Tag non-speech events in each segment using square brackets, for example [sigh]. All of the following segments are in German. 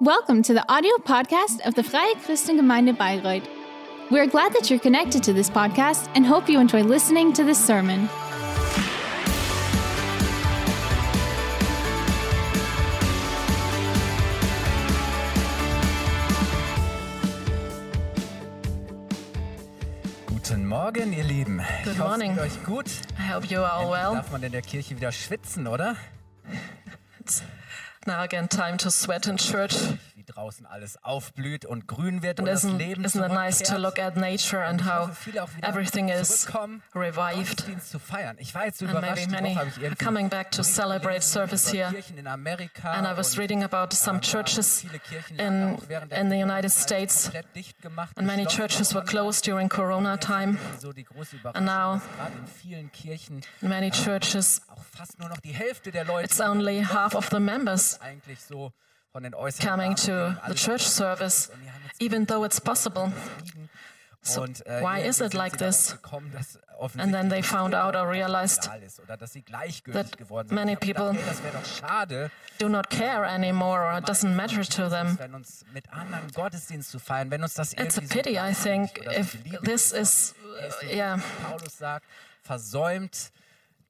Welcome to the audio podcast of the Freie Christengemeinde Bayreuth. We are glad that you're connected to this podcast and hope you enjoy listening to this sermon. Guten Morgen, ihr Lieben. Good ich hoffe, es morning. geht euch gut. I hope you are well. Darf man in der Kirche wieder schwitzen, oder? It's now again time to sweat in church. Wie draußen alles aufblüht und grün wird And und das isn't, Leben isn't it nice to zurückkehrt. look at nature and Ich how hoffe, viele auch wieder everything is zurückkommen, um revived? Gottesdienst zu feiern. Ich war jetzt so And überrascht, maybe die many Woche habe ich are irgendwie coming back to Berichte celebrate gelesen service über here. Kirchen in Amerika And I was und, reading about some churches viele Kirchen in, waren auch während der in the Corona-Zeit United States. komplett dicht gemacht, And many geschlossen churches were und closed during Corona time. So die große And Überraschung, now- dass gerade in vielen Kirchen Many churches, auch fast nur noch die Hälfte der Leute it's only half of the members eigentlich so von den äußeren coming to Rahmenbedingungen the alles church service, even though it's possible. liegen. Und, äh, why irgendwie is it sind like sie darauf this? Gekommen, dass And then they offensichtlich found die out or Leute realized egal ist oder dass sie gleichgültig that geworden sind. many Ich hab gedacht, people ey, das wäre doch schade, Do not care anymore or it doesn't matter to them. wenn uns mit anderen Gottesdienst zu feiern, wenn uns das It's a irgendwie so pity, I gleichgültig think, oder so if beliebig this ist. is, uh, yeah, Paulus sagt, versäumt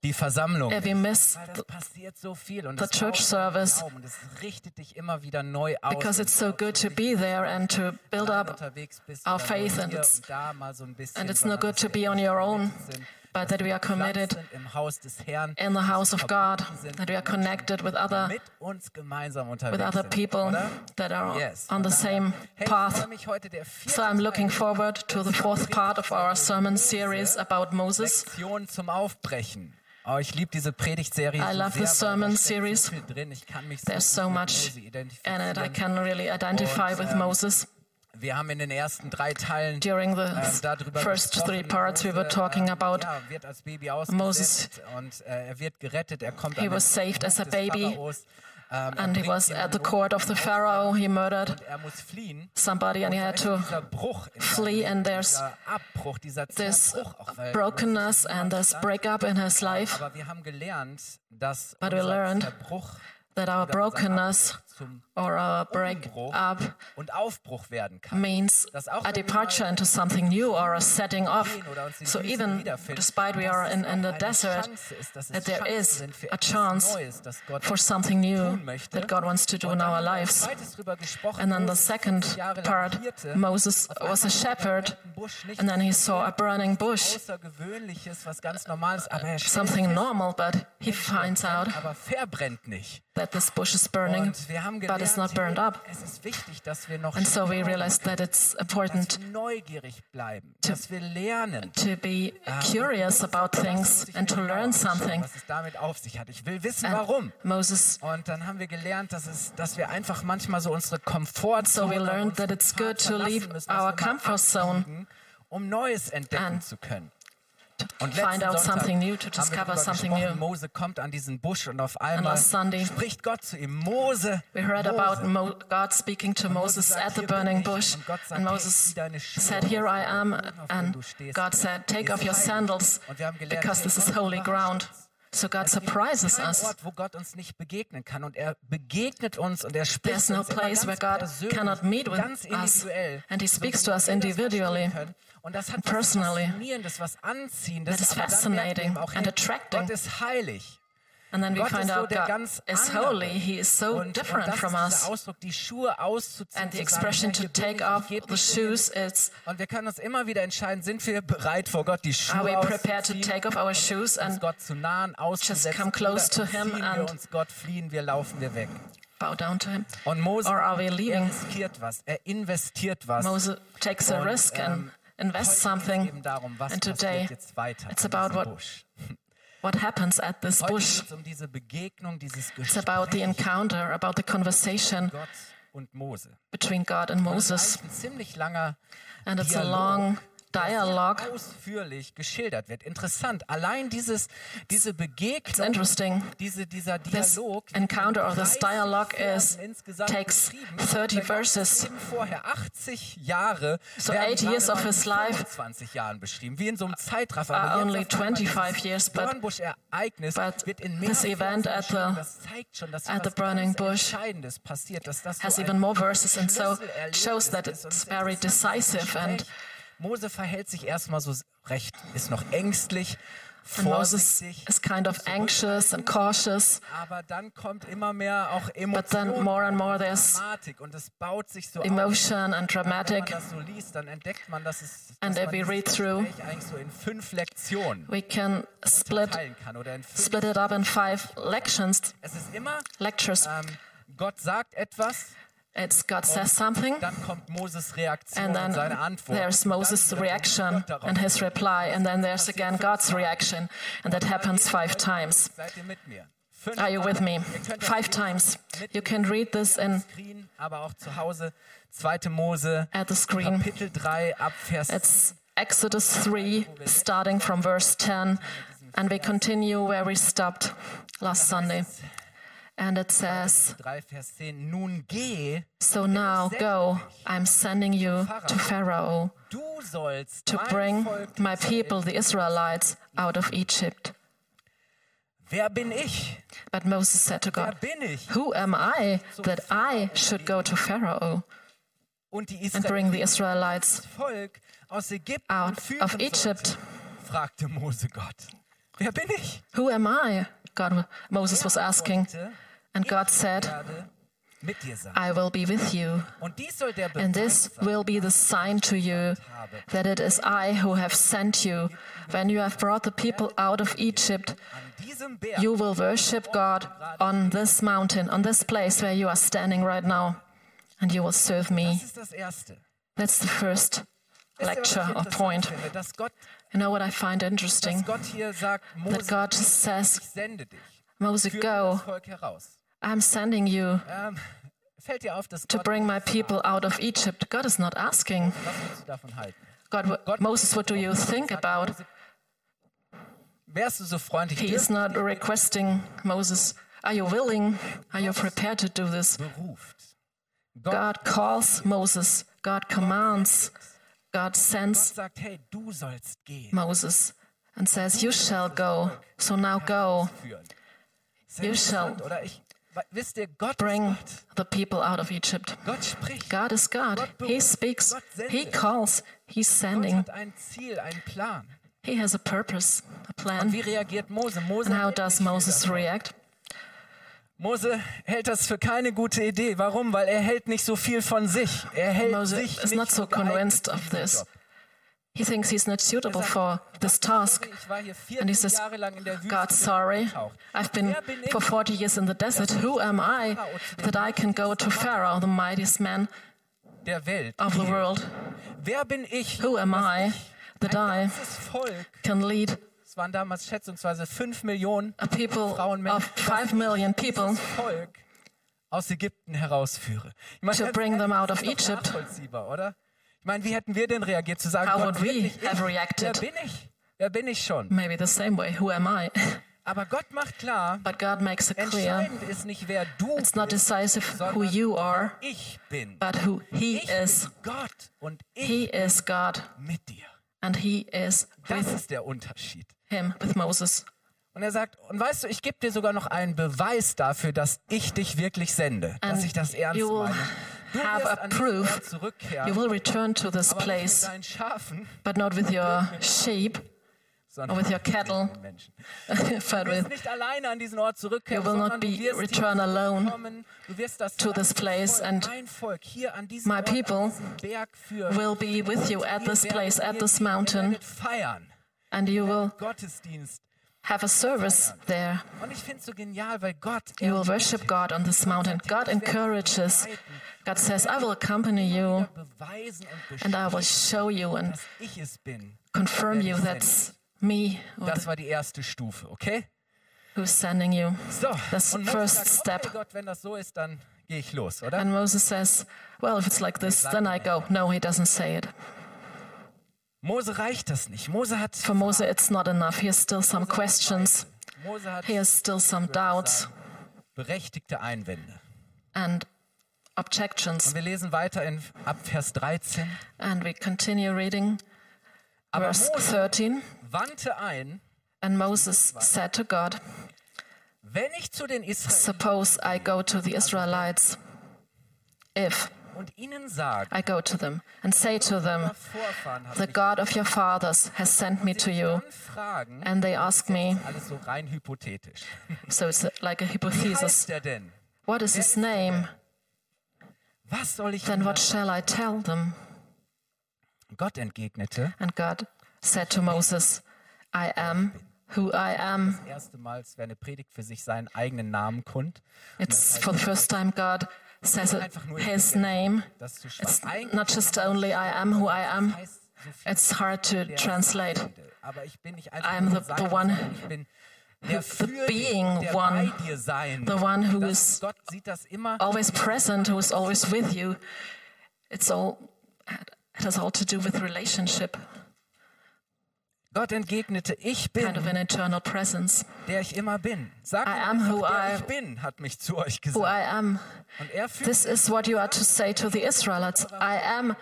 die Versammlung. if we nicht. miss Weil das passiert so viel und the das church braucht deinen service. Glauben und es richtet dich immer wieder neu aus. because und it's so ob du good to dich be there and to build online up unterwegs bist our oder faith nur and hier it's- und da mal so ein bisschen, and it's sondern not good dass to wir be on ehrlich your own, committed sind, but dass that wir we are gepflanzt committed sind im Haus des Herrn, in the dass house wir of God, verbunden sind mit that we are Menschen, connected with die other- mit uns gemeinsam with unterwegs other sind, people oder? that are Yes. on the Von daher, same hey, ich freue path. mich heute, der vierte So I'm looking Teil forward to the fourth part of our sermon series about Moses. Lektion zum Aufbrechen. Oh, ich liebe diese Predigtserie. I so sehr, love this weil da sermon steckt series. So viel drin. Ich kann mich There's gut so mit much Mose in it. I identifizieren. can really identify with Moses. Wir haben in den ersten drei Teilen During the ähm, darüber first three gesprochen, parts, we Mose, were talking ähm, about ja, wird als Baby Moses. ausgesetzt und äh, er wird gerettet. Er kommt He an den was saved Hof as a des baby Pharaos, ähm, er and he bringt was ihn at the in den court of the Pharaoh. He murdered Und er muss fliehen. somebody and he had Weißt du, to dieser Bruch in seinem flee Leben, and there's dieser Abbruch, dieser this Zerbruch, auch weil brokenness and this Land- breakup in his life Aber wir haben gelernt, dass But we unser learned Zerbruch that oder our unser brokenness Abbruch zum or our Umbruch breakup und Aufbruch werden kann. means a departure into something new or a setting off. Gehen oder uns in So Wüsten even wiederfinden, despite we dass are es in, auch in the eine desert, Chance ist, dass es that there Chancen is sind für a etwas chance Neues, dass Gott for something new tun möchte. that God wants to do Und in dann our haben wir als lives. zweites drüber gesprochen, And then the Moses second 40 Jahre lang part, hirte, Moses auf was a einmal sieht er einen shepherd, brennenden Busch, nichts and then he saw a burning bush, Außergewöhnliches, was ganz Normales, aber er stellt something fest, normal, but he Mensch, der finds out brennt, Aber verbrennt nicht. that this bush is burning, Und wir haben but it's gelernt, not burned up. es ist wichtig, dass wir noch And so we schauen, realized that it's important dass wir neugierig bleiben, dass wir lernen. to be curious about things and to learn something. Was es damit auf sich hat. Ich will wissen, And warum. Moses, Und dann haben wir gelernt, dass, es, dass wir einfach manchmal so unsere Komfortzone so we und learned that unseren it's Pfad good to verlassen leave müssen, dass our wir mal comfort zone, abbiegen, um Neues entdecken And zu können. to letzten find out Sonntag something new, to haben wir discover darüber something gesprochen, new. Mose kommt an diesen Busch und auf einmal last Sunday spricht Gott zu ihm. Mose, We heard Mose. about Mo- God speaking to Moses sagt, at the "Hier bin burning ich." bush, Und Gott sagt, and "Hey, Moses zieh deine Schuhe said, aus, Here I der am. Boden, auf dem And du stehest, God said, Take ist off your heilig." sandals, Und wir haben gelernt, because hey, this is Gott holy überrascht ground. uns. So God Es gibt surprises keinen us. Ort, wo Gott uns nicht begegnen kann und er begegnet uns und er spricht There's no uns immer ganz place where God persönlich, cannot meet with ganz us. individuell, And he so speaks wie to wir us das verstehen individually. können. Und das hat personally. was Faszinierendes, was Anziehendes. That is aber dann merken wir fascinating eben auch, and hey, attracting. Gott ist heilig. And then we Gott find ist so out der God ganz is andere. holy. He is so und, und different das from ist us. Dieser Ausdruck, die Schuhe auszuziehen. And the zu sagen, expression hey, to hier bin take ich, off ich geb the mich dir hin. shoes is Und wir können uns immer wieder entscheiden, sind wir bereit vor Gott die Schuhe are we prepared to auszuziehen, take off our shoes uns and Gott zu nahen, auszusetzen, come close to oder him entziehen and- wir uns Gott, fliehen wir, laufen wir weg. bow down to him? Und Mose, Or are we er leaving? riskiert was, er investiert was. Moses takes a Und, risk and ähm, invests Heute geht's something. eben darum, was And passiert today, jetzt weiter it's in about diesem what Busch. What happens at this Heute bush? geht's um diese Begegnung, dieses It's about the Gespräch encounter, about the conversation Gott und Mose. between God and Das ist Moses. eigentlich ein ziemlich langer And it's a Dialog, long dialogue. ausführlich geschildert wird. Interessant. Allein dieses, diese It's Begegnung, interesting. diese, dieser This Dialog, wie encounter or this 30 dialogue Versen is insgesamt takes beschrieben, 30 sein ganzes verses. Leben Vorher 80 Jahre, So werden 80 years gerade of mal his in life 25 Jahren beschrieben, wie in so einem Zeitraffer. are Aber jetzt only auf einmal 25 dieses years, but- Dornbusch-Ereignis but wird in mehr this event Versen at the- beschrieben. das zeigt schon, dass hier at the was ganz burning bush Entscheidendes passiert, dass das so has ein even more verses and so Schlüsselerlebnis shows that ist. Und it's es ist very interessant, dieses decisive and Gespräch. Mose verhält sich erstmal so recht, ist noch ängstlich, and Moses vorsichtig, is kind of anxious and cautious aber dann kommt immer mehr auch but then Emotion, more and more there's Dramatik und es baut sich so auf. emotion and Wenn man dramatic das so liest, dann entdeckt man, dass es dass And man every dieses read-through- Gespräch eigentlich so in fünf Lektionen we can split teilen kann oder in fünf. split it up in five lections Es ist immer lectures ähm, Gott sagt etwas, it's God says something dann kommt Moses Reaktion and und then seine Antwort. there's Und dann Moses' wiederum reaction Gott darauf. and his reply and then there's again God's reaction and that happens five times Seid ihr mit mir? Fünf Are you with me? Ihr könnt das Five lesen. times. You can read this in Screen, aber auch zu Hause. 2. Mose, at the screen. Kapitel 3, ab Vers It's Exodus 3, starting from verse 10, and we continue where we stopped last Sunday. And it says, 3, Vers 10. Nun geh, So now go, I'm sending you to Pharaoh du sollst to mein bring Volk my people, the Israelites, out of Egypt. Wer bin ich? But Moses said to Wer God, bin ich? Who am I that I should go to Pharaoh Und die and bring the Israeliten Israelites das Volk aus Ägypten out führen of sollte? Egypt? fragte Mose Gott. Wer bin ich? Who am I? God, Moses was asking. Antwortete, And God said, Ich werde mit dir sein. I will be with you, Und dies soll der and Beweis this will be the sign to you that it is I who have sent you. When you have brought the people out of Egypt, an diesem Berg you will worship God on this mountain, on this place where you are standing right now, and you will serve me. Das ist das Erste. That's the first Das ist aber, was ich lecture or interessant point. Finde, dass, Gott, You know what I find dass interesting? Gott hier sagt, That Mose, God says, ich sende dich. Moses, Führe go, das Volk heraus. I'm sending you Ähm, [laughs] fällt dir auf, dass to Gott, bring my people out of Egypt. God is not asking. was willst du davon halten? God, what, Moses, what do you think about? Wärst du so freundlich, He is dürfte not requesting Moses, are you willing? Are you prepared to do this? beruft. God calls Moses, God commands, God Gott sends sagt, hey, du sollst gehen. Moses and says, You shall go. So now go, Führen. Ist You interessant, shall oder ich, wa- wisst ihr, Gott, bring ist the people out of Egypt. Gott. Gott spricht. God is God. He speaks, He calls, He's Gott sending. hat ein Ziel, einen Plan. He has a purpose, a Wie plan. reagiert Mose? Mose, And how hält does nicht viel Moses davon. react? Mose hält das für keine gute Idee. Warum? Weil er hält nicht so viel von sich. Er hält Moses sich is nicht not so für geeignet convinced für of diesen this. Job. He thinks he's not suitable for this task. Sorry, Ich war hier 14 And he says, Jahre lang in der Wüste God, sorry, getaucht. I've been Wer bin ich, for 40 years in the desert. Who am I that I can go to Pharaoh, the mightiest man der Welt? of the world? Wer bin ich? Who am I that Ein I ganzes Volk, can lead es waren damals schätzungsweise 5 Millionen a people Frauen, Männer, of 5 million people? das Volk aus Ägypten herausführe? Ich meine, To ganz bring them ehrlich, out das of ist doch Egypt. Nachvollziehbar, oder? Ich meine, wie hätten wir denn reagiert, zu sagen, How Gott, would we wirklich, have wer reacted? bin ich? Wer bin ich schon? Maybe the same way. Who am I? [laughs] Aber Gott macht klar, But God makes it clear entscheidend ist nicht, wer du it's not bist, decisive who you are, ich bin. but who He Ich is. bin Gott und ich He is God, mit dir. and He is Das with ist der Unterschied. him, with Moses. Und er sagt, und weißt du, ich gebe dir sogar noch einen Beweis dafür, dass ich dich wirklich sende, dass And ich das ernst you will meine. Du have wirst a an diesen proof. Ort zurückkehren, You will return to this aber nicht mit place, deinen Schafen, but not with your sheep, [laughs] sondern with your cattle. den Menschen. but Du wirst with nicht alleine an diesen Ort zurückkehren, You will not sondern du be- wirst return alone kommen, du wirst das to this ganze place Volk, and mein Volk hier an diesem my Ort, an people diesem Berg führen. will be with you at Ihr this werdet place, at hier this dienen, ihr mountain, werdet feiern, and you will Gottesdienst. have a service there. Und ich finde es so genial, weil Gott You will worship God on this mountain. God encourages. God says, I will accompany you, beweisen und and I will bestätigen, show you and dass ich es bin. confirm you that's me who- Das war die erste Stufe, okay? who's sending you. So, That's und Mose first sagt, step. Okay, Gott, wenn das so ist, dann gehe ich los, oder? And Moses says, Well, if it's like this, then I go. No, he doesn't say it. Mose reicht das nicht. Mose hat For Mose, it's not enough. He has still some questions, Mose hat he has still some doubts berechtigte Einwände. and objections. Und wir lesen weiter in, ab Vers 13. And we continue reading Aber verse Mose 13. wandte ein, And Moses said to God, wenn ich zu den Israeliten Suppose I go to the Israelites, if und ihnen sage, I go to them and say to them, euer Vorfahren hat The mich God of your fathers has sent me to you. dann fragen, And they ask me, alles so rein hypothetisch. so it's like a Wie heißt hypothesis, er denn? what is his name? Was soll ich Then ihnen what shall I tell them? Gott entgegnete, And God said to Moses, I am who I am. das erste Mal, es wäre eine Predigt für sich, seinen eigenen Namen kund. It's for the first time God says it- his name. Das ist zu schwach. It's Eigentlich not just only I am who I am, heißt so viel, it's hard to der translate. Sende. Aber ich bin nicht einfach I'm nur the- sagen, the one ich bin der für dich, being der one, bei dir sein the wird. one who das, is Oh. Gott sieht das immer Always present, who is always with you. It's all, it has all to do with relationship, Gott entgegnete, ich bin, kind of an eternal presence. der ich immer bin. Sagt I ihm am who einfach, der I- ich bin, hat mich zu euch Who gesagt. I am. Und er führt This is what you are to say to the Israelites. I am Gott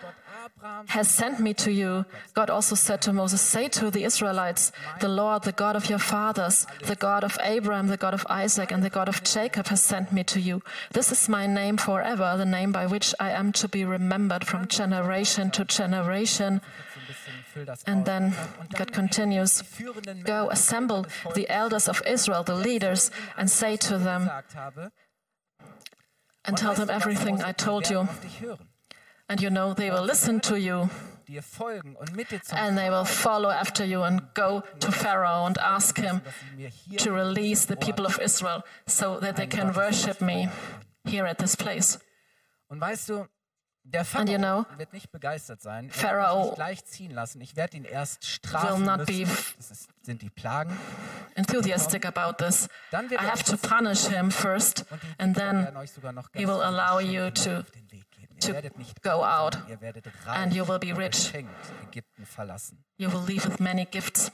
Abraham, has sent me to you. God also said to Moses, Say to the Israelites, The Lord, the God of your fathers, the God of Abraham, the God of Isaac, and the God of Jacob has sent me to you. This is my name forever, the name by which I am to be remembered from generation to generation. so ein bisschen füll das And aus. then und God continues, führenden Männer, Go assemble the elders of Israel, the leaders, and say to them, gesagt habe, and tell them everything I told you. Auf dich hören, And you know they will listen to you. dir folgen und mit dir zum and they will follow after you and go to Pharaoh and ask him dass sie mir hier to release the people of Israel so that they can worship me here at this place. Und weißt du, der Pharao And you know, wird nicht begeistert sein. Er wird mich Pharaoh nicht gleich ziehen lassen. Ich werde ihn erst strafen will not be- müssen. Das ist, sind die Plagen. Enthusiastic about this. I have to punish him first er Und die Diener and then werden euch sogar noch he will ganz allow viele you Schenken to- auf den Weg geben. Ihr to werdet nicht go arm, out sondern Ihr werdet reich and you will be und rich. beschenkt Ägypten verlassen. you will leave with many gifts.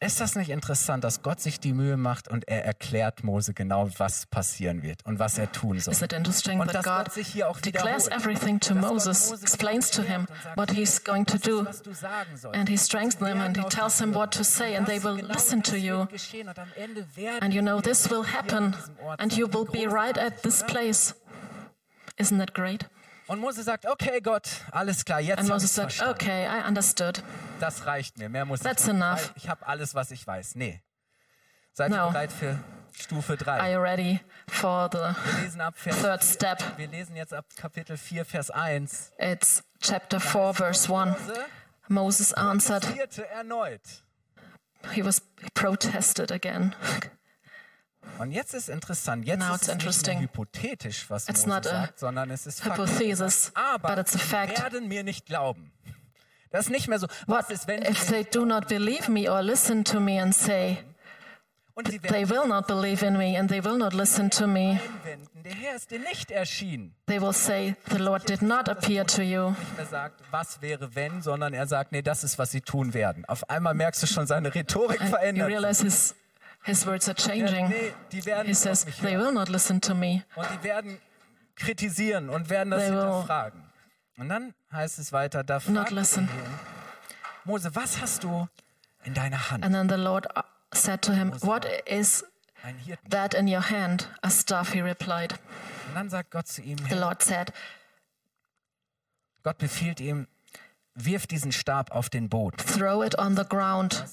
Ist das nicht interessant, dass Gott sich die Mühe macht und er erklärt Mose genau, was passieren wird und was er tun soll? Is it interesting Und dass that God Gott sich hier auch declares wiederholt. everything to Dass Gott Moses, Mose explains to him erklärt und sagt, what he's going to das ist, do, was du sagen sollst. and he strengthens them and he tells him what to say, and they will listen to you. And you know, this will happen, and you will be right at this place. Isn't that great? Und Moses sagt, okay Gott, alles klar, jetzt And habe Moses ich said, verstanden. Okay, I understood. Das reicht mir, mehr muss That's ich nicht. enough. Ich habe alles, was ich weiß. Nee. Seid ihr No. bereit für Stufe Are 3? you ready for the Wir lesen, ab Vers, third step? wir lesen jetzt ab Kapitel 4, Vers 1. It's chapter 4, verse 1. Mose Moses answered, protestierte erneut. he was he protested again. Und jetzt ist interessant, jetzt Now ist es it's nicht mehr interesting. hypothetisch, was It's Mose not a sagt, sondern es ist faktisch. Hypothesis, Aber but it's a sie fact. werden mir nicht glauben. Das ist nicht mehr so. What Was ist, wenn if they do not believe me or listen to me and say, und sie werden They will not believe in me and they will not listen to me. einwenden, der Herr ist dir nicht erschienen. They will say, The Lord did not appear to you. Nicht mehr sagt, was wäre wenn, sondern er sagt, nee, das ist, was sie tun werden. Auf einmal merkst du schon, seine Rhetorik And you verändert. sich. realize his, his words are Ja, changing. nee, die werden He nicht says, auf mich They hören. will not listen to me. und die werden kritisieren und werden das They will hinterfragen. Und dann heißt es weiter, da Not fragt listen. Mose, was hast du in deiner Hand? And then the Lord uh, said to him, What is Ein Hirten. that in your hand? A staff, he replied. Und dann sagt Gott zu ihm, The Herr, Lord said, Gott befiehlt ihm, wirf diesen Stab auf den Boden. Throw it on the ground.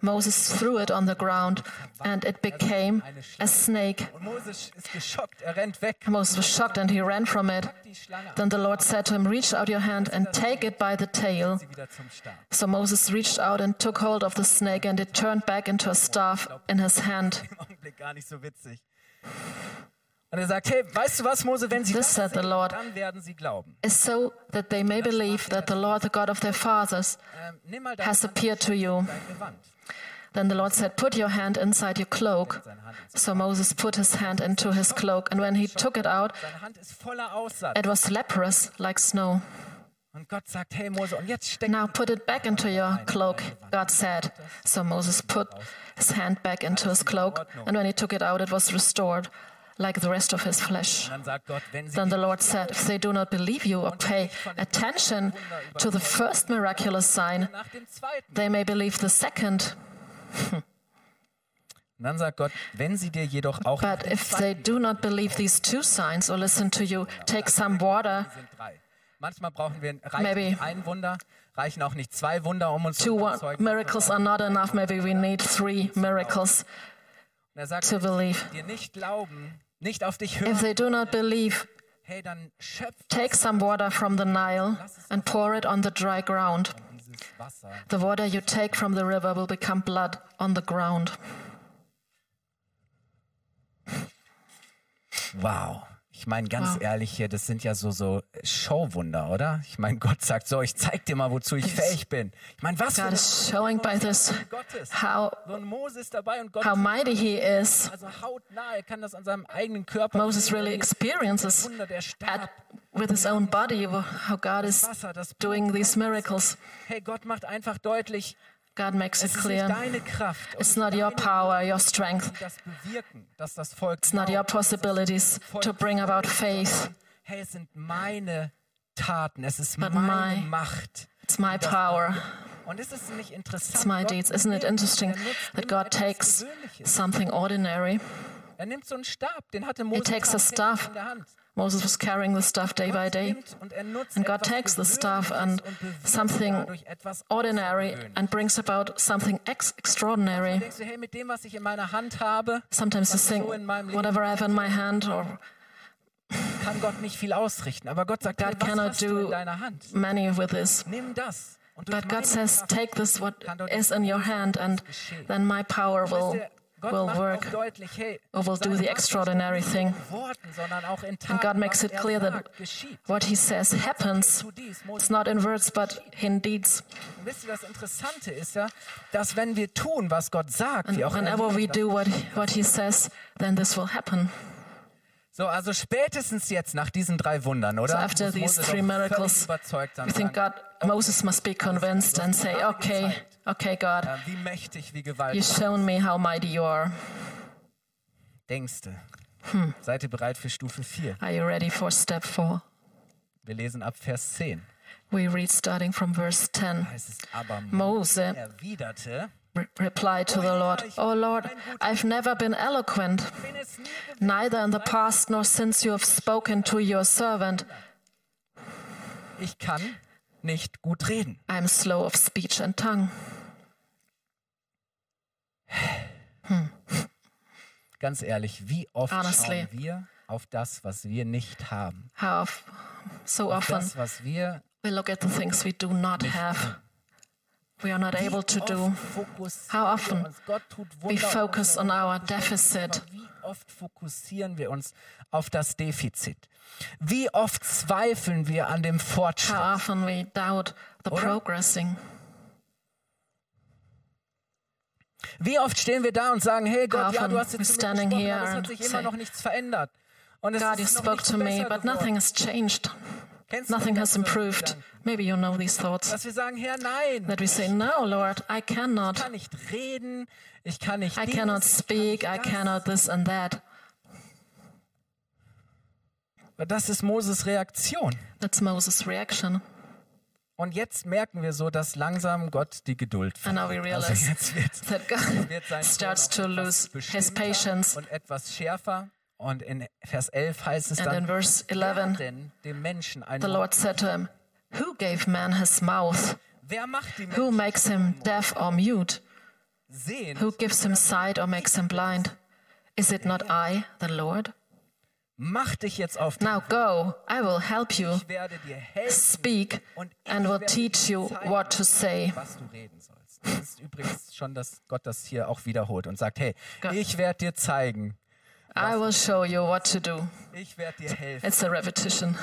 Moses threw it on the ground, and it became a snake. Und Mose ist geschockt, er rennt weg. Moses was shocked and he ran from it. Die Schlange an, Then the Lord said to him, Reach out your hand and take it by the tail. sie wieder zum Stab. So Moses reached out and took hold of the snake, and it turned back into a staff in his hand. Im Augenblick gar nicht so witzig. Und er sagt, hey, weißt du was, Mose, wenn sie This das said the sehen, Lord. dann werden sie glauben. Is so that they may believe that the Lord, the God of their fathers, Ähm, nimm mal deine has Hand appeared to you. dein Gewand. Then the Lord said, Put your hand inside your cloak. So Moses put his hand into his cloak, and when he took it out, Seine Hand ist voller Aussatz. it was leprous like snow. Und Gott sagt, hey Mose, und jetzt steck Now put it back into your cloak, God said. So Moses put his hand back into his cloak, and when he took it out, it was restored like the rest of his flesh. Dann sagt Gott, wenn sie Then the Lord said, If they do not believe you or pay attention to the first miraculous sign, nach dem zweiten. they may believe the second. Dann sagt Gott, wenn sie dir jedoch auch But if they do not believe these two signs or listen to you, take some water, sind drei. Manchmal brauchen wir reichen Maybe. nicht ein Wunder, reichen auch nicht zwei Wunder, um uns two zu wo- überzeugen. miracles are not enough. Maybe we need three miracles Und er sagt, to believe. dir nicht glauben, nicht auf dich If hören, they do not believe, hey, dann schöpf Take some water from the Nile and pour it on the dry ground. dieses Wasser. The water you take from the river will become blood on the ground. Wow. Ich meine, ganz Wow. ehrlich hier, das sind ja so, so Showwunder, oder? Ich meine, Gott sagt so, ich zeig dir mal, wozu ich fähig bin. Ich meine, was für God ein is showing by this Gottes. how, So ein Mose ist dabei und Gott, how mighty He is. also hautnah, er kann das an seinem eigenen Körper. Moses really experiences Wunder, der starb, at, with his own body how God is Wasser, das Blut. doing these miracles. Hey, Gott macht einfach deutlich, God makes it es ist nicht clear deine Kraft. und it's not your power, your strength, das bewirken, dass das Volk it's not your possibilities to bring about faith. hey, es sind meine Taten, es ist But meine my- Macht. It's my power. Und ist es nicht interessant? It's my Gott deeds. Isn't it nimmt- interesting er nutzt that immer God etwas takes Gewöhnliches. something ordinary? Er nimmt so einen Stab, den hatte Moses takes a tatsächlich staff in der Hand. Moses was carrying the stuff day by Gott day. nimmt und er nutzt And God etwas takes the staff and Gewöhnliches und bewirkt something dadurch etwas Ordinary Außergewöhnliches. and brings about something ex- extraordinary. Denkst du, hey, mit dem, was ich in meiner Hand habe, Sometimes you think, whatever I have in my hand, or kann Gott nicht viel ausrichten. Aber Gott sagt, hey, God was cannot hast du in do- deiner Hand? many with this. Nimm das. Und durch But God meine says, Kraft take this what is in your hand, and then my power will Wisst ihr, Gott will macht auch work. deutlich, hey, or will seine do the Macht ist extraordinary nicht thing. in Worten, sondern auch in And Taten, God makes was it er clear that sagt, geschieht. what He says happens. Tu dies, It's Moses. not in words, but in deeds. Und Wisst ihr, das Interessante ist ja, dass wenn wir tun, was Gott sagt, wir auch er Whenever we erleben. do what what He says, then this will happen. So, also spätestens jetzt nach diesen drei Wundern, oder? So after Muss these Mose three doch völlig miracles, überzeugt sein I think und sagen, God, Moses must be convinced and say, okay, okay, God, äh, Wie mächtig, wie gewaltig. you've shown me how mighty you are. Denkst du? Hm. Seid ihr bereit für Stufe 4? Are you ready for step four? Wir lesen ab Vers 10. We read starting from verse 10. Heißt es aber Mose erwiderte, re- replied to the Lord, Oh Lord, I've never been eloquent, bin es nie gewesen, neither in the past nor since you have spoken to your servant. ich kann nicht gut reden. I am slow of speech and tongue. Ganz ehrlich, wie oft Honestly. schauen wir auf das, was wir nicht haben? How f- so often Das, was wir we look at the things we do not have, we are not able to do. How often we focus on our deficit? Wie oft fokussieren wir uns auf das Defizit? Wie oft zweifeln wir an dem How Fortschritt? often we doubt the Oder? progressing. Wie oft stehen wir da und sagen, hey Gott, ja, often du hast jetzt zu we're mir standing gesprochen, here aber es hat and sich say, immer noch nichts verändert. Und es God, you ist noch spoke nicht to me, besser but geworden. nothing has changed. Kennst du Nothing das, has solche improved. Gedanken? Maybe you know these thoughts. Dass wir sagen, Herr, nein, That we say, No, Lord, I ich cannot. kann nicht reden, ich kann nicht I dies, cannot ich speak. I kann nicht das. cannot this and that. Aber Das ist Moses Reaktion. That's Moses' reaction. Und jetzt merken wir so, dass langsam Gott die Geduld And now we verliert. realize also jetzt wird, That wird [laughs] God [laughs] sein starts to Ton auch lose etwas his bestimmter patience. und etwas schärfer. Und in Vers 11 heißt es And in dann, er verse wer 11, denn dem Menschen ein the Lord said to him, Who gave man his mouth? Wer macht die Who Menschen makes him deaf or mute? sehen? Who gives him sight or makes him blind? Is it not I, the Lord? Mach dich jetzt auf, Now go, I will help you. ich werde dir helfen, Speak and will teach you what to say. was du reden sollst. Das ist übrigens schon, dass Gott das hier auch wiederholt und sagt, hey, ich werde dir zeigen, I will show you what to do. ich werde dir helfen. It's a repetition.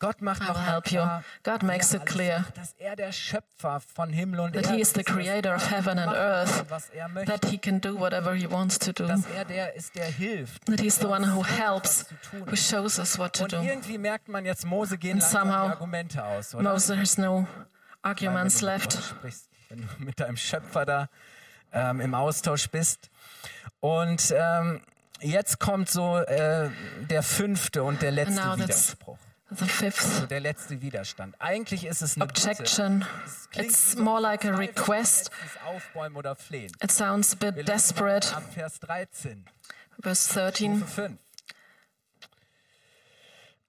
Gott macht I'll noch mal help you. klar, God wer makes it alles clear macht, dass er der Schöpfer von Himmel und that Erde He is the ist, dass creator of er heaven and machen earth, kann, was er möchte, that He can do whatever He wants to do, dass er der ist, der hilft, that He's the der one uns who hilft, helps, was zu tun. who shows us what to Und do. irgendwie merkt man jetzt, Mose gehen And langsam die somehow Argumente aus, oder? Moses has no Weil wenn du arguments mit Gott left. sprichst, wenn du mit deinem Schöpfer da ähm, im Austausch bist. Und ähm, jetzt kommt so äh, der fünfte und der letzte now that's- Widerspruch. The fifth Der letzte Widerstand. Eigentlich ist es eine Bitte. objection, Es klingt it's wie so more ein like a Verzweiflung, request. letztes Aufbäumen oder Flehen. It sounds a Wir lesen bit mal desperate. Ab Vers 13. Verse 13. Stufe 5.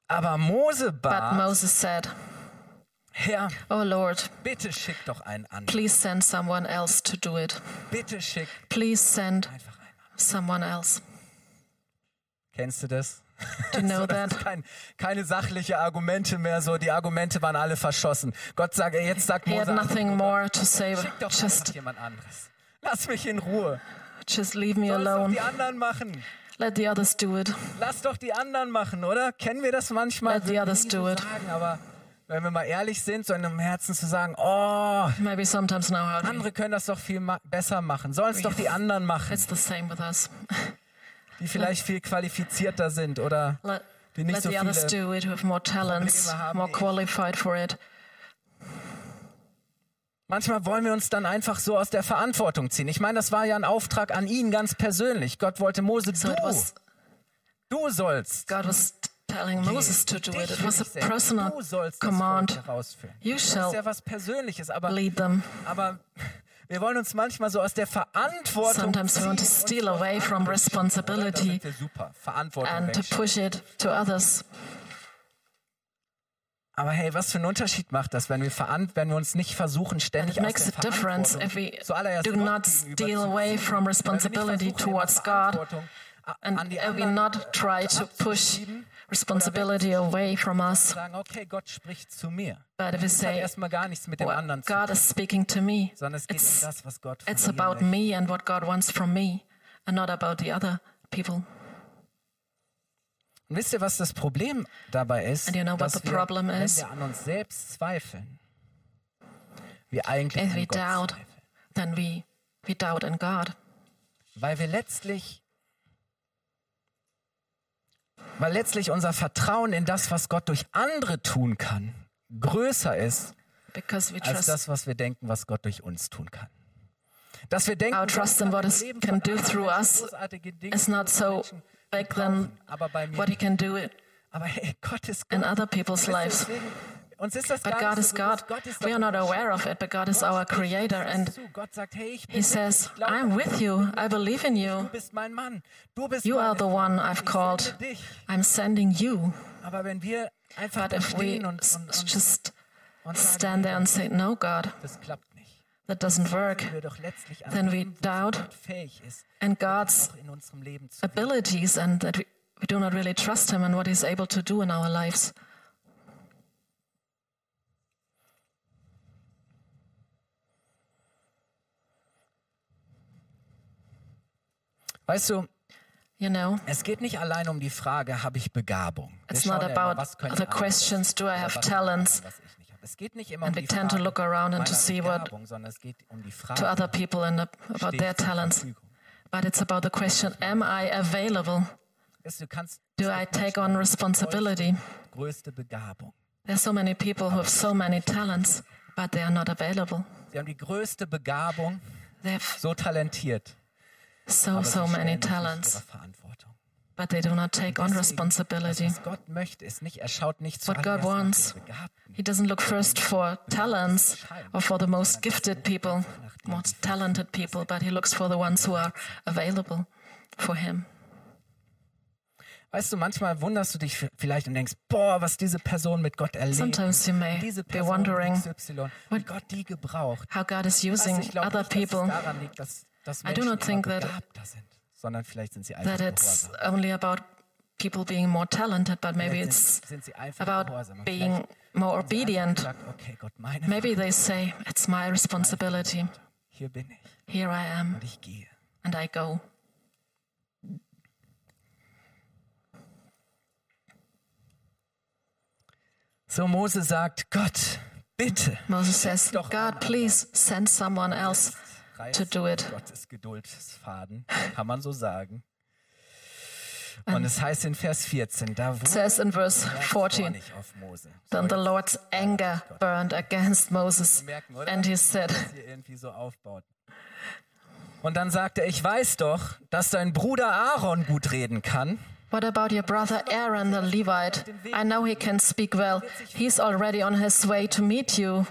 Aber Mose But bat, Moses said, Herr, Oh Lord, bitte schick doch einen anderen. please send someone else to do it. Bitte schick Please send einfach einen anderen. someone else. Kennst du das? Do you know Das that? ist kein, keine sachliche Argumente mehr so. Die Argumente waren alle verschossen. Gott sagt, jetzt sagt He had Mose, nothing more to say. schick doch einfach Just, jemand anderes. Lass mich in Ruhe. just leave me Lass doch alone. die anderen machen. Let the others do it. Lass doch die anderen machen, oder? Kennen wir das manchmal? Let the Würden others nie so do it. Sagen, aber wenn wir mal ehrlich sind, so in einem Herzen zu sagen, oh, Maybe sometimes now how do we- andere können das doch viel ma besser machen. Sollen es doch die anderen machen, it's the same with us. die vielleicht viel qualifizierter sind oder Let, die nicht let so the others viele do it who have more talents, Probleme haben more wie ich. qualified for it. Manchmal wollen wir uns dann einfach so aus der Verantwortung ziehen. Ich meine, das war ja ein Auftrag an ihn ganz persönlich. Gott wollte Mose, So it du, was du sollst. God was telling Moses to do Dich it. It will was a ich senden. personal du sollst Das command. Volk herausführen. You Das ist shall ja was Persönliches, aber, lead them. aber wir wollen uns manchmal so aus der Verantwortung Sometimes we ziehen want to und steal auf away from andere schieben, oder? Da responsibility sind wir super, Verantwortung and to wegschieben. push it to others. Aber hey, was für einen Unterschied macht das, wenn wir, veran wenn wir uns nicht versuchen, And ständig it makes a aus der difference Verantwortung if we zuallererst do Gott not gegenüber steal zu away ziehen. from Wenn wir nicht responsibility versuchen, immer towards God Verantwortung a- and an die if we anderen not try to push abzuschieben responsibility away from us, sagen, okay, Gott spricht zu mir. but if we Das hat say, erstmal gar nichts mit dem well, anderen zu tun, God is speaking to me, sondern es geht um it's, das, was Gott von it's mir about möchte. me and what God wants from me and not about the other people. Und wisst ihr, was das Problem dabei ist? And you know what dass the wir, problem wenn is? wir an uns selbst zweifeln, wir eigentlich If we an Gott doubt, zweifeln. then we, we doubt in God. Weil wir letztlich, weil letztlich unser Vertrauen in das, was Gott durch andere tun kann, größer ist Because we als trust das, was wir denken, was Gott durch uns tun kann. Dass wir denken, Our trust in what is- can do through us is is not so big than aber bei mir what He can do it Aber [laughs] hey, Gott ist in Gott. other Weißt people's du, lives. deswegen- Uns ist das But gar God nicht is so God. bewusst. Gott ist We are doch not Gott. aware of it, but God is Gott our spricht uns creator. das And zu. Gott sagt, hey, ich He bin says, ich glaub I'm an with dich. you. I believe in Du you. bist mein Mann. Du bist You are meine the Frau. one I've Ich called. sende dich. I'm sending you. Aber wenn wir einfach But da if we stehen und, s- und, und, just und sagen, stand there and say, No, God, das klappt nicht, that doesn't work, wir doch letztlich an then we dem, wozu doubt Gott fähig ist, and God's auch in unserem Leben zu wirken. abilities, and that we, we do not really trust Him and what He's able to do in our lives. Weißt du, You know, es geht nicht allein um die Frage, habe ich Begabung? Wir It's schauen not ja immer, about was können the andere questions, do I oder have was können andere, talents? was ich nicht habe. Es geht nicht immer um And die we tend to Frage look around and to meiner see what- Begabung, sondern es geht um die Frage, to other people and about stehe their ich zur talents. Verfügung? But it's about the question, Am I available? Weißt du, du kannst Do I take on responsibility? größte Begabung. There are so many people who have so many talents, but they are not available. Sie haben die größte Begabung, They have so talentiert, so, aber so sie many stellen sich nicht talents, ihrer Verantwortung. but they do not take on Deswegen, responsibility. Das, was Gott möchte, ist nicht, er schaut nicht zu What God wants. Begabten, He doesn't look first for talents or for the most gifted people, most talented people, but he looks for the ones who are available for him. Weißt du, manchmal wunderst du dich vielleicht und denkst, boah, was diese Person mit Gott erlebt. Sometimes you may diese be Person wondering XY, wie Gott die gebraucht. how God is Weißt du, using ich glaube other nicht, dass es people, daran liegt, dass, dass I do Menschen not think immer that- begabter sind, sondern vielleicht sind sie einfach that it's gehorsam. only about people being more talented, but maybe Vielleicht it's sind, sind sie einfach about gehorsam. Und vielleicht being more haben sie einfach obedient. gesagt, okay, Gott, meine Maybe they say, It's my responsibility. Verantwortung. Hier bin ich Here I am, und ich gehe. and I go. So Mose sagt, Gott, bitte. Moses says, doch God, please send someone else Reiß to do it. Gottes Geduldsfaden, kann man so sagen. Und es heißt in Vers 14, da It wurde says in verse 14, nicht auf Mose. then the Lord's anger burned against Moses, and he said, das hier irgendwie so aufbaut. Und dann sagt er, ich weiß doch, dass dein Bruder Aaron gut reden kann. What about your brother Aaron the Levite? I know he can speak well. He's already on his way to meet you.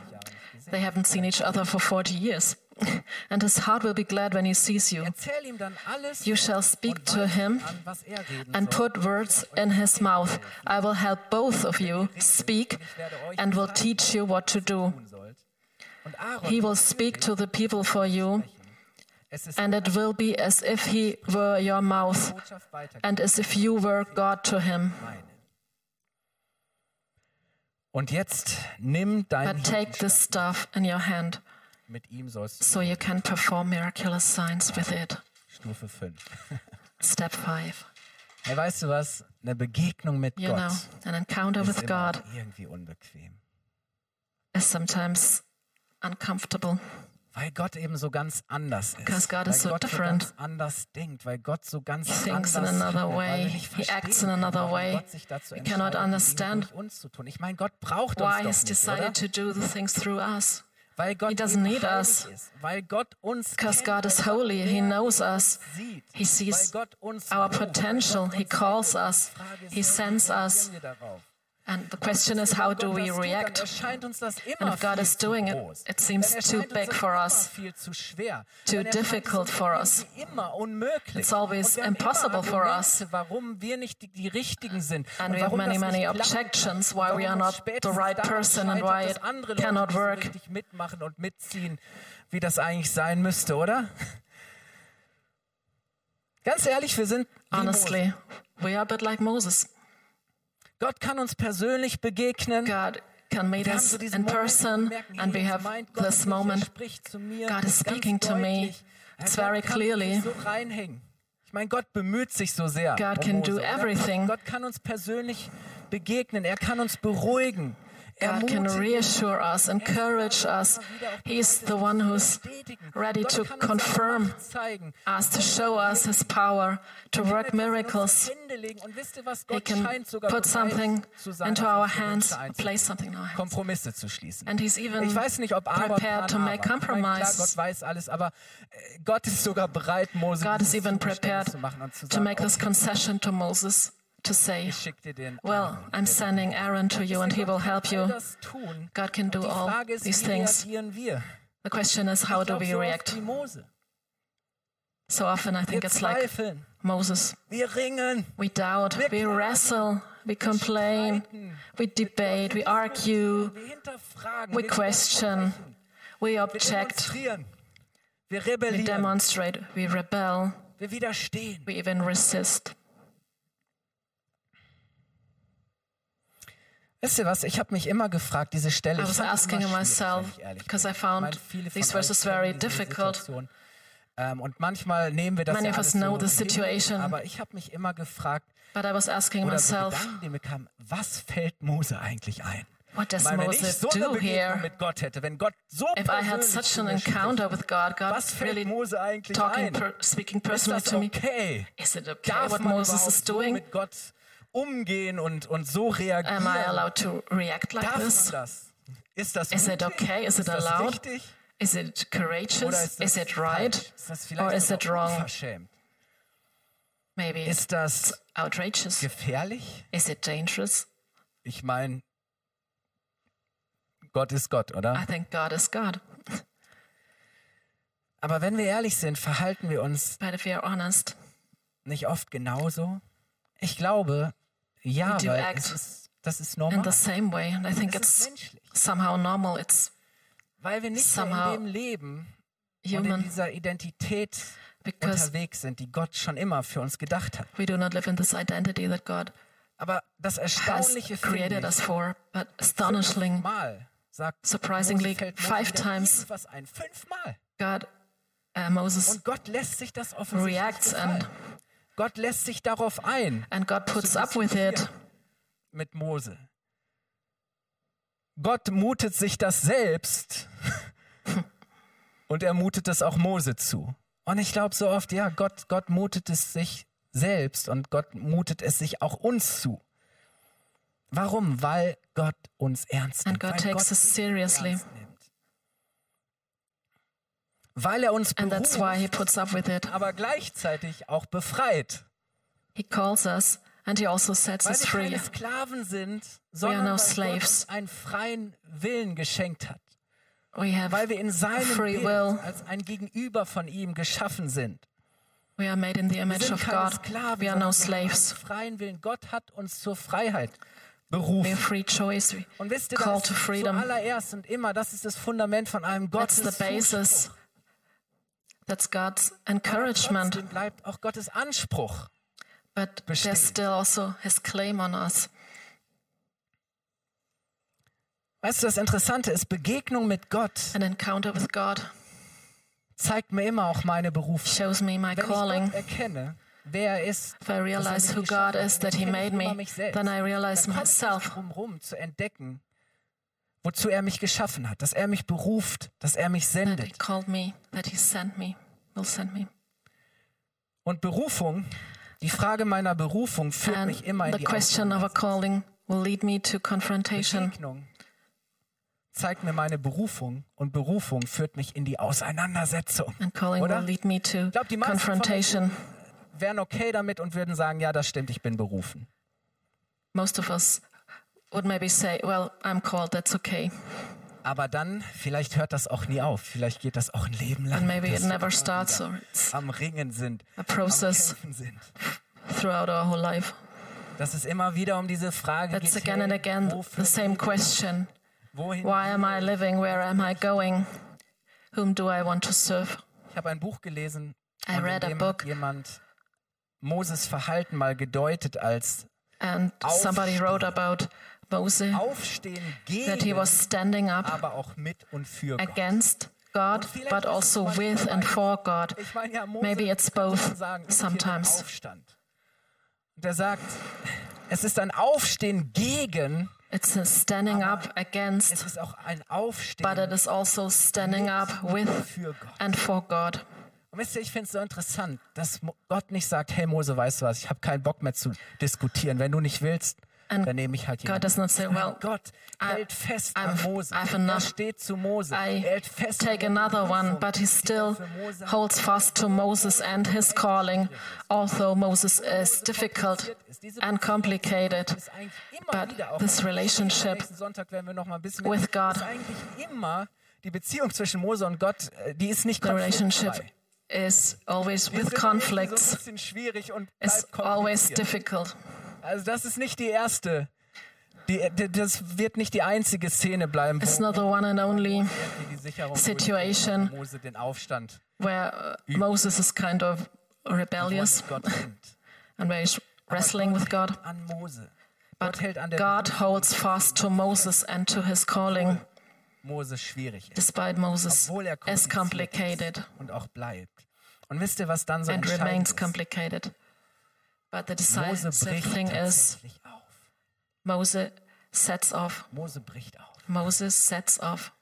They haven't seen each other for 40 years. [laughs] And his heart will be glad when he sees you. Erzähl ihm dann alles You shall speak to him an, was er reden and soll. put words in his mouth. I will help both of you speak and will teach you what to do. Und Aaron, He will speak to the people for you, es ist and it will be as if he were your mouth Botschaft weiter. and as if you were God to him. Und jetzt nimm dein But take this staff in your hand. mit ihm sollst du so you can perform miraculous signs with it. Stufe 5. Step five. Hey, weißt du was? Eine Begegnung mit You Gott know, an encounter ist Genau. with immer God irgendwie unbequem, is sometimes uncomfortable. weil Gott eben so ganz anders ist. Because God weil is so Gott different. so ganz anders denkt, weil Gott so ganz He thinks in anders another weil wir way. nicht He acts verstehen in another können, warum way. Gott sich dazu We entscheidet, cannot die Dinge understand durch uns zu tun. Ich meine, Gott braucht Why uns doch he's nicht, oder? decided to do the things through us? Weil Gott He doesn't eben need heilig us. Ist, weil Gott uns Because kennt, God is holy, He knows us. sieht, He sees weil Gott uns our ruft, weil Gott potential. He uns calls sendet. us. Die Frage ist, He wie sends us. reagieren wir darauf? And the question is, how do Gott we das tut, dann react? erscheint uns das immer And if God viel is zu doing it, groß. it seems Dann erscheint too uns big das for immer us, viel zu schwer. too Dann erscheint uns difficult das for irgendwie us. Immer unmöglich. It's always Und wir haben immer impossible for us. Argumente, Warum wir nicht die, die richtigen sind. And und we have warum many, das many nicht klappt. objections why we are Warum es not the spätestens right daran person and why scheitert, it dass andere Leute cannot nicht so work. richtig mitmachen und mitziehen, wie das eigentlich sein müsste, oder? [laughs] Ganz ehrlich, wir sind wie Mose. Honestly, we are a bit like Moses. Gott kann uns persönlich begegnen. God can meet Wir haben us so diesen in Moment, person, wo wir merken, and hey, we jetzt have meint Gott this mich, er moment. spricht zu mir God is ganz speaking to me. deutlich. Ja, It's Gott very kann clearly. sich So reinhängen. Ich meine, Gott bemüht sich so sehr. God um can Mose, do oder? everything. Gott kann uns persönlich begegnen. Er kann uns beruhigen. God can ermutigen, reassure us, encourage us. He is the one who's bestätigen. ready Gott to kann uns seine confirm Macht zeigen. us, to show us His power, to Er work kann uns miracles. Hände legen. Und wisst ihr was? He Gott can scheint sogar put bereit something zu sein, into auf our unsere hands, Wünsche place einzugehen. something in our hands. Kompromisse zu schließen. And he's even ich weiß nicht, ob Aaron prepared dran arbeitet. to make Ich meine, Klar, compromises. Gott weiß alles, aber äh, Gott ist sogar bereit, Mose God dieses is even Zugeständnis prepared zu machen und zu to sagen, make this concession to Moses to say, ich schick dir den Well, Aaron. I'm sending Aaron to you, and he will help All you. das tun. God can do Die all Frage ist, these wie things. reagieren wir? The question is, how Ich do glaub, we so oft react? Wie Mose. So often I Wir think it's like zweifeln, Moses. wir ringen, We doubt, we wrestle, we complain, we debate, we argue, wir hinterfragen, we wir question, we wir object, demonstrieren, wir we rebellieren, demonstrate, we rebel, wir widerstehen. we even resist. Wisst ihr was? Ich habe mich immer gefragt, diese Stelle. I ich was fand die asking immer schwierig, myself, wenn ich ehrlich because bin. I found Ich meine, viele von these euch verses kennen very diese difficult. Situation. Ähm, und manchmal nehmen wir das Many ja of alles us know so the hin, situation. Aber ich habe mich immer gefragt, But I was asking oder so myself, Gedanken, die mir kamen, was fällt Mose eigentlich ein? what does Weil wenn ich Moses so eine do Begegnung here? mit Gott hätte, wenn Gott so If I had persönlich such zu an mir encounter spricht, with God, God was fällt really Mose eigentlich talking, ein? per, speaking ist personally das to me. okay? Is it okay Darf what man Moses überhaupt is so doing? mit Gott umgehen und, und so reagieren? Am I allowed to react like Darf man this? das? Ist das Is it mutig? okay? Is it ist das allowed? richtig? Is it Oder courageous? ist Is das it falsch? right? Ist das Or vielleicht is it sogar wrong? unverschämt? Maybe it's Ist das outrageous. gefährlich? Is it dangerous? Ich meine, Gott ist Gott, I oder? think God is God. Aber wenn wir ehrlich sind, verhalten wir uns But if we are honest, nicht oft genauso? Ich glaube, ja, We do weil act es ist, das ist in normal. the same way, and I think Das ist it's menschlich. somehow normal. It's Weil wir nicht mehr somehow in dem leben und in human dieser Identität because unterwegs sind, die Gott schon immer für uns gedacht hat. we do not live in this identity that God Aber das has Erstaunliche finde created ich, us for. But astonishing, Mal sagt Surprisingly, Mose fällt Mose five wieder times. irgendwas ein. Fünfmal. God, uh, Moses Und Gott lässt sich das offensichtlich reacts gefallen. and Gott lässt sich darauf ein and God puts up with it. mit Mose. Gott mutet sich das selbst und er mutet es auch Mose zu. Und ich glaube so oft, ja, Gott, Gott mutet es sich selbst und Gott mutet es sich auch uns zu. Warum? Weil Gott uns ernst nimmt. And God weil takes Gott us seriously. ernst nimmt. Weil er uns And that's why beruft, He puts up with it. aber gleichzeitig auch befreit. He calls us and He also sets Weil us wir keine free. Sklaven sind, sondern now weil Gott slaves. uns einen freien Willen geschenkt hat. We Weil have wir in seinem Free Bild will. als ein Gegenüber von ihm geschaffen sind. we are made in the Wir image sind of keine God. Sklaven, We are sondern now wir haben slaves. einen freien Willen. Gott hat uns zur Freiheit We have berufen. free choice. We- Und wisst ihr, Call das to ist freedom. zuallererst und immer, das ist das Fundament von allem That's Gottes the basis. Zuspruch. That's God's Aber encouragement. Trotzdem bleibt auch Gottes Anspruch. But Bestimmt. there's still also His claim on us. Weißt du, das Interessante ist, Begegnung mit Gott An encounter with God zeigt mir immer auch meine Berufung. shows me my Wenn ich Gott calling. erkenne, wer er ist, If I realize mich who God geschaffen is, hat, that He erkenne ich made immer me, mich selbst. then I realize dann komme ich nicht myself. drum rum zu entdecken, wozu er mich geschaffen hat, dass er mich beruft, dass er mich that He sendet. called me, that He sent me, will send me. Und Berufung, die Frage meiner Berufung führt And mich immer in the die question of a calling will lead me to confrontation. Begegnung. Zeigt mir meine Berufung und Berufung führt mich in die Auseinandersetzung. And calling Oder? will lead me to glaub, die meisten von uns- confrontation. Wären okay damit und würden sagen, ja, das stimmt, ich bin berufen. Most of us would maybe say, well, I'm called, that's okay. Aber dann, vielleicht hört das auch nie auf. Vielleicht geht das auch ein Leben lang. And maybe it dass wir never immer starts, wieder or it's am Ringen sind, a am process Kämpfen sind. throughout our whole life. Dass es immer wieder um diese Frage That's geht. again and hey, again wo the führt- same question wohin? Why am I living? Where am I going? Whom do I want to serve? Ich habe ein Buch gelesen, I und read a in dem book. hat jemand Moses Verhalten mal gedeutet als And somebody wrote about Moses Aufstehen that he gegen, was standing up aber auch mit und für Gott. against God, but also with and for God. Ich meine, ja, Mose Maybe it's kann both schon sagen, ich bin im sometimes. Aufstand. Und er sagt, es ist ein Aufstehen gegen, It's a standing up es against, ist auch ein but it Aufstehen is also standing up with für Gott. and for God. Und wisst ihr, ich finde es so interessant, dass Mo- Gott nicht sagt, hey Mose, weißt du was, ich habe keinen Bock mehr zu diskutieren. Wenn du nicht willst, And dann nehme ich halt God jemanden. does not say, well, Gott I- hält fest I'm- an Mose. I've Er enough. steht zu Mose. er I hält fest take an der another one, Berufung, but die he er still für Mose hat. holds fast to Moses and his calling, although Moses is difficult and complicated. Ist eigentlich immer But wieder auch- this relationship Nächsten Sonntag werden wir noch mal ein bisschen with God- ist eigentlich immer die Beziehung zwischen Mose und Gott, äh, die ist nicht The relationship konfliktfrei. is always Die with sind irgendwie So ein conflicts, bisschen schwierig und it's bleibt always kompliziert. difficult. Also das ist nicht die erste. Die, die, das wird nicht die einzige Szene bleiben, wo It's not the one and only irgendwie die Sicherung situation. durchgeht und Mose den Aufstand where uh, Moses is kind of rebellious mit Gott nimmt. and where he's wrestling with God. an Mose. Gott But hält an der God holds fast to Moses and to his calling, Mose schwierig ist, despite Moses obwohl er is kompliziert complicated ist und auch bleibt. Und wisst ihr, was dann so and remains entscheidend ist? complicated. But the Mose decisive bricht thing is tatsächlich auf. Moses sets off. Mose bricht auf. Moses sets off.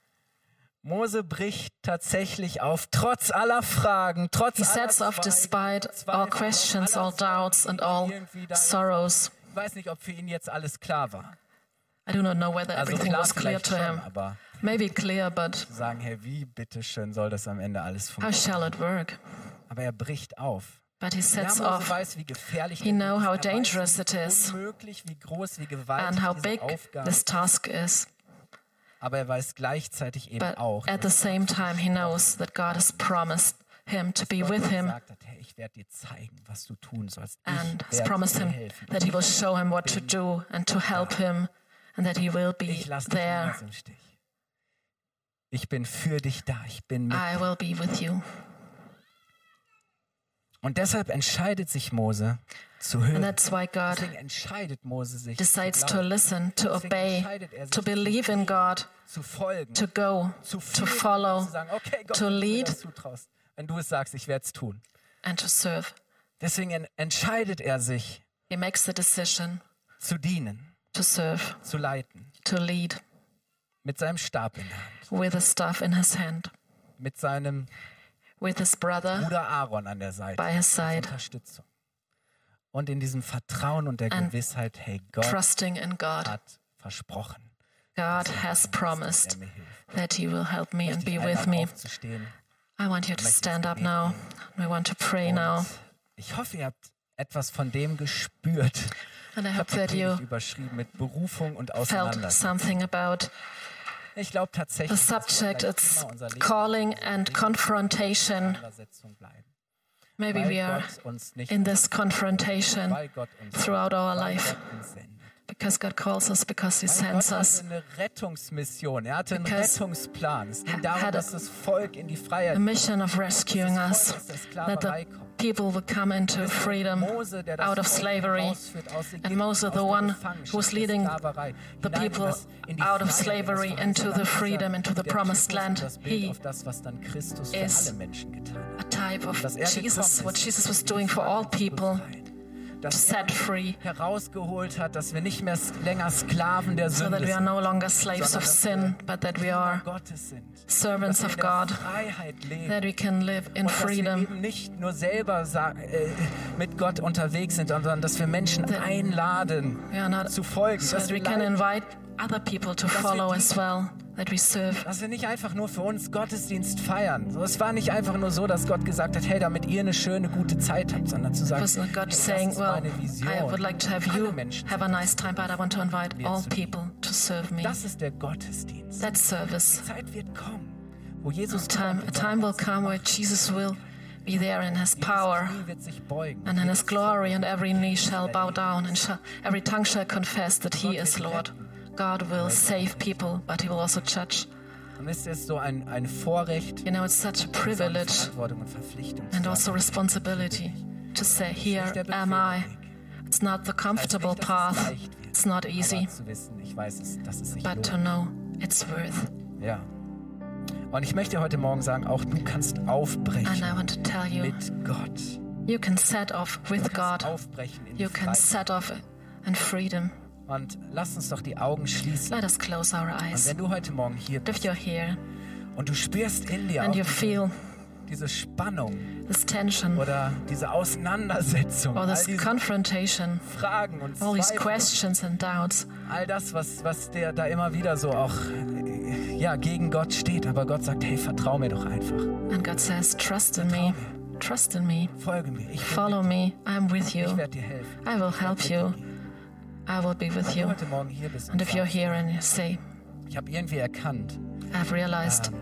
Mose bricht tatsächlich auf, trotz aller Fragen, trotz He aller sets off Zweifel, despite all Zweifel, questions, aller all Sorgen, doubts, and die all irgendwie da ist. sorrows. Ich weiß nicht, ob für ihn jetzt alles klar war. I do not know whether Also everything klar was clear vielleicht to schon, him. aber Maybe clear, but zu sagen, hey, wie bitteschön soll das am Ende alles how funktionieren? shall it work? Aber er bricht auf. But he Ja, sets Mose off. weiß, wie gefährlich He das know ist. how Er weiß, dangerous wie it is. Unmöglich, wie groß, wie gewaltig and how diese big Aufgabe this task is. Aber er weiß gleichzeitig eben But auch, at the same time, he knows that God has promised him to be Gott with him gesagt hat, hey, ich werde dir zeigen, was du tun sollst. and ich has werde promised dir him helfen. that he will show him what to do and to help him and that he will be Ich lasse dich there. niemals im Stich. Ich bin für dich da. Ich bin mit. I will be with you. Und deshalb entscheidet sich Mose zu And hören. that's why God Deswegen entscheidet Mose sich decides zu to glauben, listen, to obey, to believe in God, zu folgen, to go, zu führen, to follow, zu sagen, okay, Gott, to wenn du mir lead. das zutraust, wenn du es sagst, ich werde es tun. and to serve. Deswegen en- entscheidet er sich He makes the decision zu dienen, to serve, zu leiten. to lead. mit seinem Stab in der Hand, with a staff in his hand, mit seinem with his brother Bruder Aaron an der Seite, by his side, Unterstützung. Und in diesem Vertrauen und der And Gewissheit, hey, Gott trusting in God. hat versprochen, God has dass promised er mir hilft. that you will help me and Möchte be ich with einladen, me. aufzustehen. I want you to stand up now. We want to pray now. Und ich hoffe, ihr habt etwas von dem gespürt. And I Ich habe hope that die Predigt you überschrieben mit Berufung und felt Auseinandersetzung. something about Ich glaube tatsächlich, the dass wir subject. vielleicht It's immer unser Leben calling and confrontation. Auseinandersetzung bleiben. Maybe Weil we are Gott uns nicht, in this confrontation weil Gott uns throughout weil our life Gott uns sendet. because God calls us, because He Weil Also Gott sends hatte us. eine Rettungsmission, er hatte einen Because Rettungsplan. Es ging had darum, a- dass das Volk in die Freiheit The mission of rescuing us, that the people will come into freedom Mose, der das out of Volk slavery. herausführt aus Ägypten, And Mose, aus the der one Gefangenschaft, who was der leading Sklaverei, the hinein in people das- in die out of Freiheit, in das slavery verheißene into the Land. freedom, into the Der Typus promised und land. das Bild He auf das, was dann Christus für is alle Menschen getan hat. A type of Dass er Jesus, gekommen what ist, Jesus was um die doing for all Sklaven zu people, befreien. Dass to er set free, herausgeholt hat, dass wir nicht mehr s- länger Sklaven der so that Sünde we are sind, no longer slaves of sin, but that we are Gottes sind. servants dass of wir in God, der Freiheit leben. that we can live in und dass wir freedom, eben nicht nur selber sa- äh, mit Gott unterwegs sind, sondern dass wir Menschen einladen, we are not, zu folgen, so dass that wir, we can leiten, invite other people to wir follow dienen. as well, that we serve. dass wir nicht einfach nur für uns Gottesdienst feiern. So, es war nicht einfach nur so, dass Gott gesagt hat, hey, damit ihr eine schöne, gute Zeit habt, sondern zu It sagen, was not hey, God das saying, ist well, meine Vision. I would like to have Alle you Menschen have a sind nice time, but I want to invite Wir all zu dienen. people to serve me. Das ist der Gottesdienst. That service. Die Zeit wird kommen, wo Jesus Time, kommt a und time will come where Jesus will be there in His jedes power Knie wird sich beugen. and in Jedes His Volk glory, and every knee shall bow down, and shall, every tongue shall confess that He is Lord. God will save people, but He will also judge. Und es ist so ein, ein Vorrecht, You know, it's such a so eine privilege Verantwortung und Verpflichtung. zu and haben. also responsibility to say, Here am I. It's not the comfortable Heißt nicht, dass es leicht wird, path, it's not easy, Aber zu wissen, ich weiß, es, dass es sich but to lohnt. know it's worth. Ja. Und ich möchte heute Morgen sagen, auch du kannst And aufbrechen I want to tell you, mit Gott. you can set off Du with kannst God, aufbrechen in you die can Freiheit. set off in freedom. Und lass uns doch die Augen schließen. Let us close our Und eyes. wenn du heute Morgen hier If bist you're here und du spürst in dir and you auch feel diese Spannung this tension oder diese Auseinandersetzung, or all this diese confrontation, Fragen und all these Zweifel, questions and doubts, all das, was, was der da immer wieder so auch äh, ja, gegen Gott steht. Aber Gott sagt, hey, vertrau mir doch einfach. and God says, Trust in me, trust in me, Folge mir. Ich, bin follow me, I'm with mit dir. ich you, werde dir helfen. I will help you, I will be with Wenn du you. heute Morgen hier bist und And if you're sagst, here and you say, ich habe irgendwie erkannt, I've realized Um,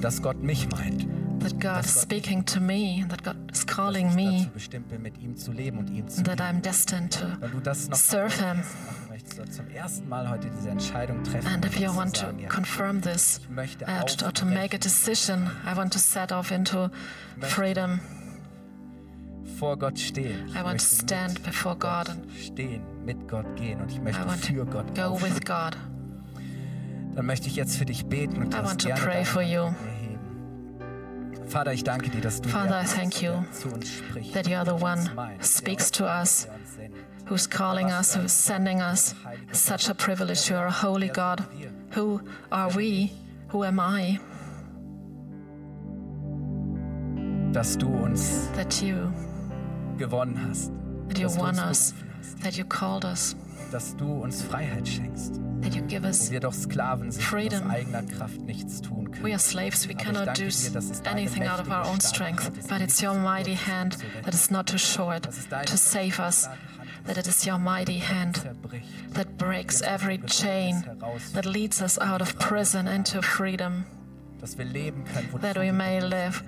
dass Gott mich meint, that God is speaking to me and that God is calling dass ich me, dazu bestimmt bin, mit ihm zu leben und ihm zu and that dienen. I'm destined to Wenn du das noch serve Him. machen möchtest oder zum ersten Mal heute diese Entscheidung treffen And if you möchtest, want zu to sagen, ja, confirm this ich möchte uh, to- or to make a aufbrechen decision, I want to set off into freedom. vor Gott stehen. Ich I want to möchte stand mit before Gott God and stehen, mit Gott gehen und ich I möchte want für to Gott go aufstehen. with God. Dann möchte ich jetzt für dich beten und I das want to gerne pray deine for Hand you. mit mir heben. Vater, ich danke dir, dass du Father, der I bist, thank der you zu uns spricht, that you are the der uns one who meint, speaks der to us, uns- der uns sendet. who's calling us, who's sending us. It's such a privilege. You are a holy God. Who are Er we? Who am I? Dass du uns That you, gewonnen hast, that you dass du won uns us, berufen hast, that you called us, dass du uns Freiheit schenkst, that you give wo us. wir doch Sklaven sind und aus freedom. eigener Kraft nichts tun können. We are slaves, we Aber ich cannot danke do dir, dass es deine anything out of our own mächtige, strength, starke Hand ist, but die it's uns your mighty berufen hand hat, zu retten. that is not too short Dass es deine to save us, starke Hand ist, that it is your mighty die hand zerbricht, that breaks every chain that leads us out of prison into freedom, dass wir leben können, that wozu we du may live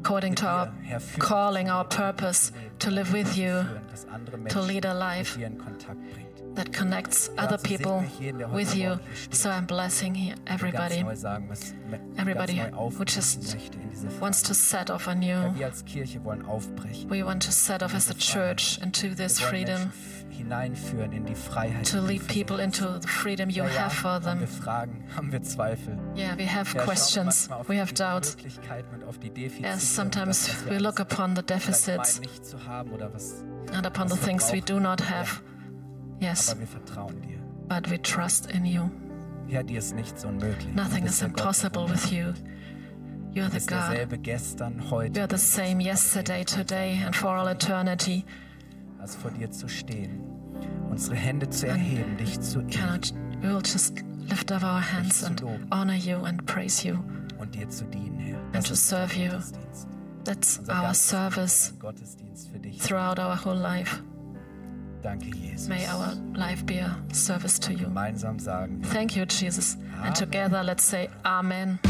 according to our calling, our purpose to live with you, führen, dass andere to Menschen lead a mit life dir in Kontakt bringt. that connects other people with you. So I'm blessing here everybody, Ganz neu sagen, was, ganz everybody neu who just aufbrechen möchte in diese wants Frage. to set off on you. Ja, wir als Kirche wollen aufbrechen. We want to set off as a church into this wir wollen freedom, Menschen f- hineinführen in die Freiheit. to die du lead für people sie hast. into the freedom you ja, ja, have for Haben wir them. Fragen, [laughs] haben wir Zweifel. Yeah, we have Ja, schauen wir questions, manchmal auf we have die doubts. Möglichkeiten und auf die Defizite Yes, und sometimes das, was we wir look alles upon the vielleicht deficits meinen, nicht zu haben oder was. and upon the was wir things we brauchen. do not have. Ja, Yes, aber wir vertrauen dir. but we trust in you. Ja, dir ist nichts unmöglich. Nothing Du bist is der Gott, der impossible with you. You are Du the bist Mhm. God. derselbe gestern, You heute, are the same yesterday, today, and for all eternity. als vor dir zu stehen, unsere Hände zu erheben, dich zu ehren Cannot, we will just lift up our hands and honor you and praise you. und dir zu dienen, Herr. Das to ist unser serve you. Gottesdienst. That's Unser our ganzes service Gottesdienst für dich. throughout our whole life. Danke, Jesus. May our life be a service to you. Gemeinsam sagen wir. Thank you, Jesus. And together let's say Amen.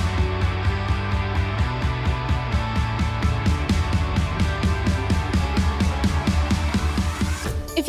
If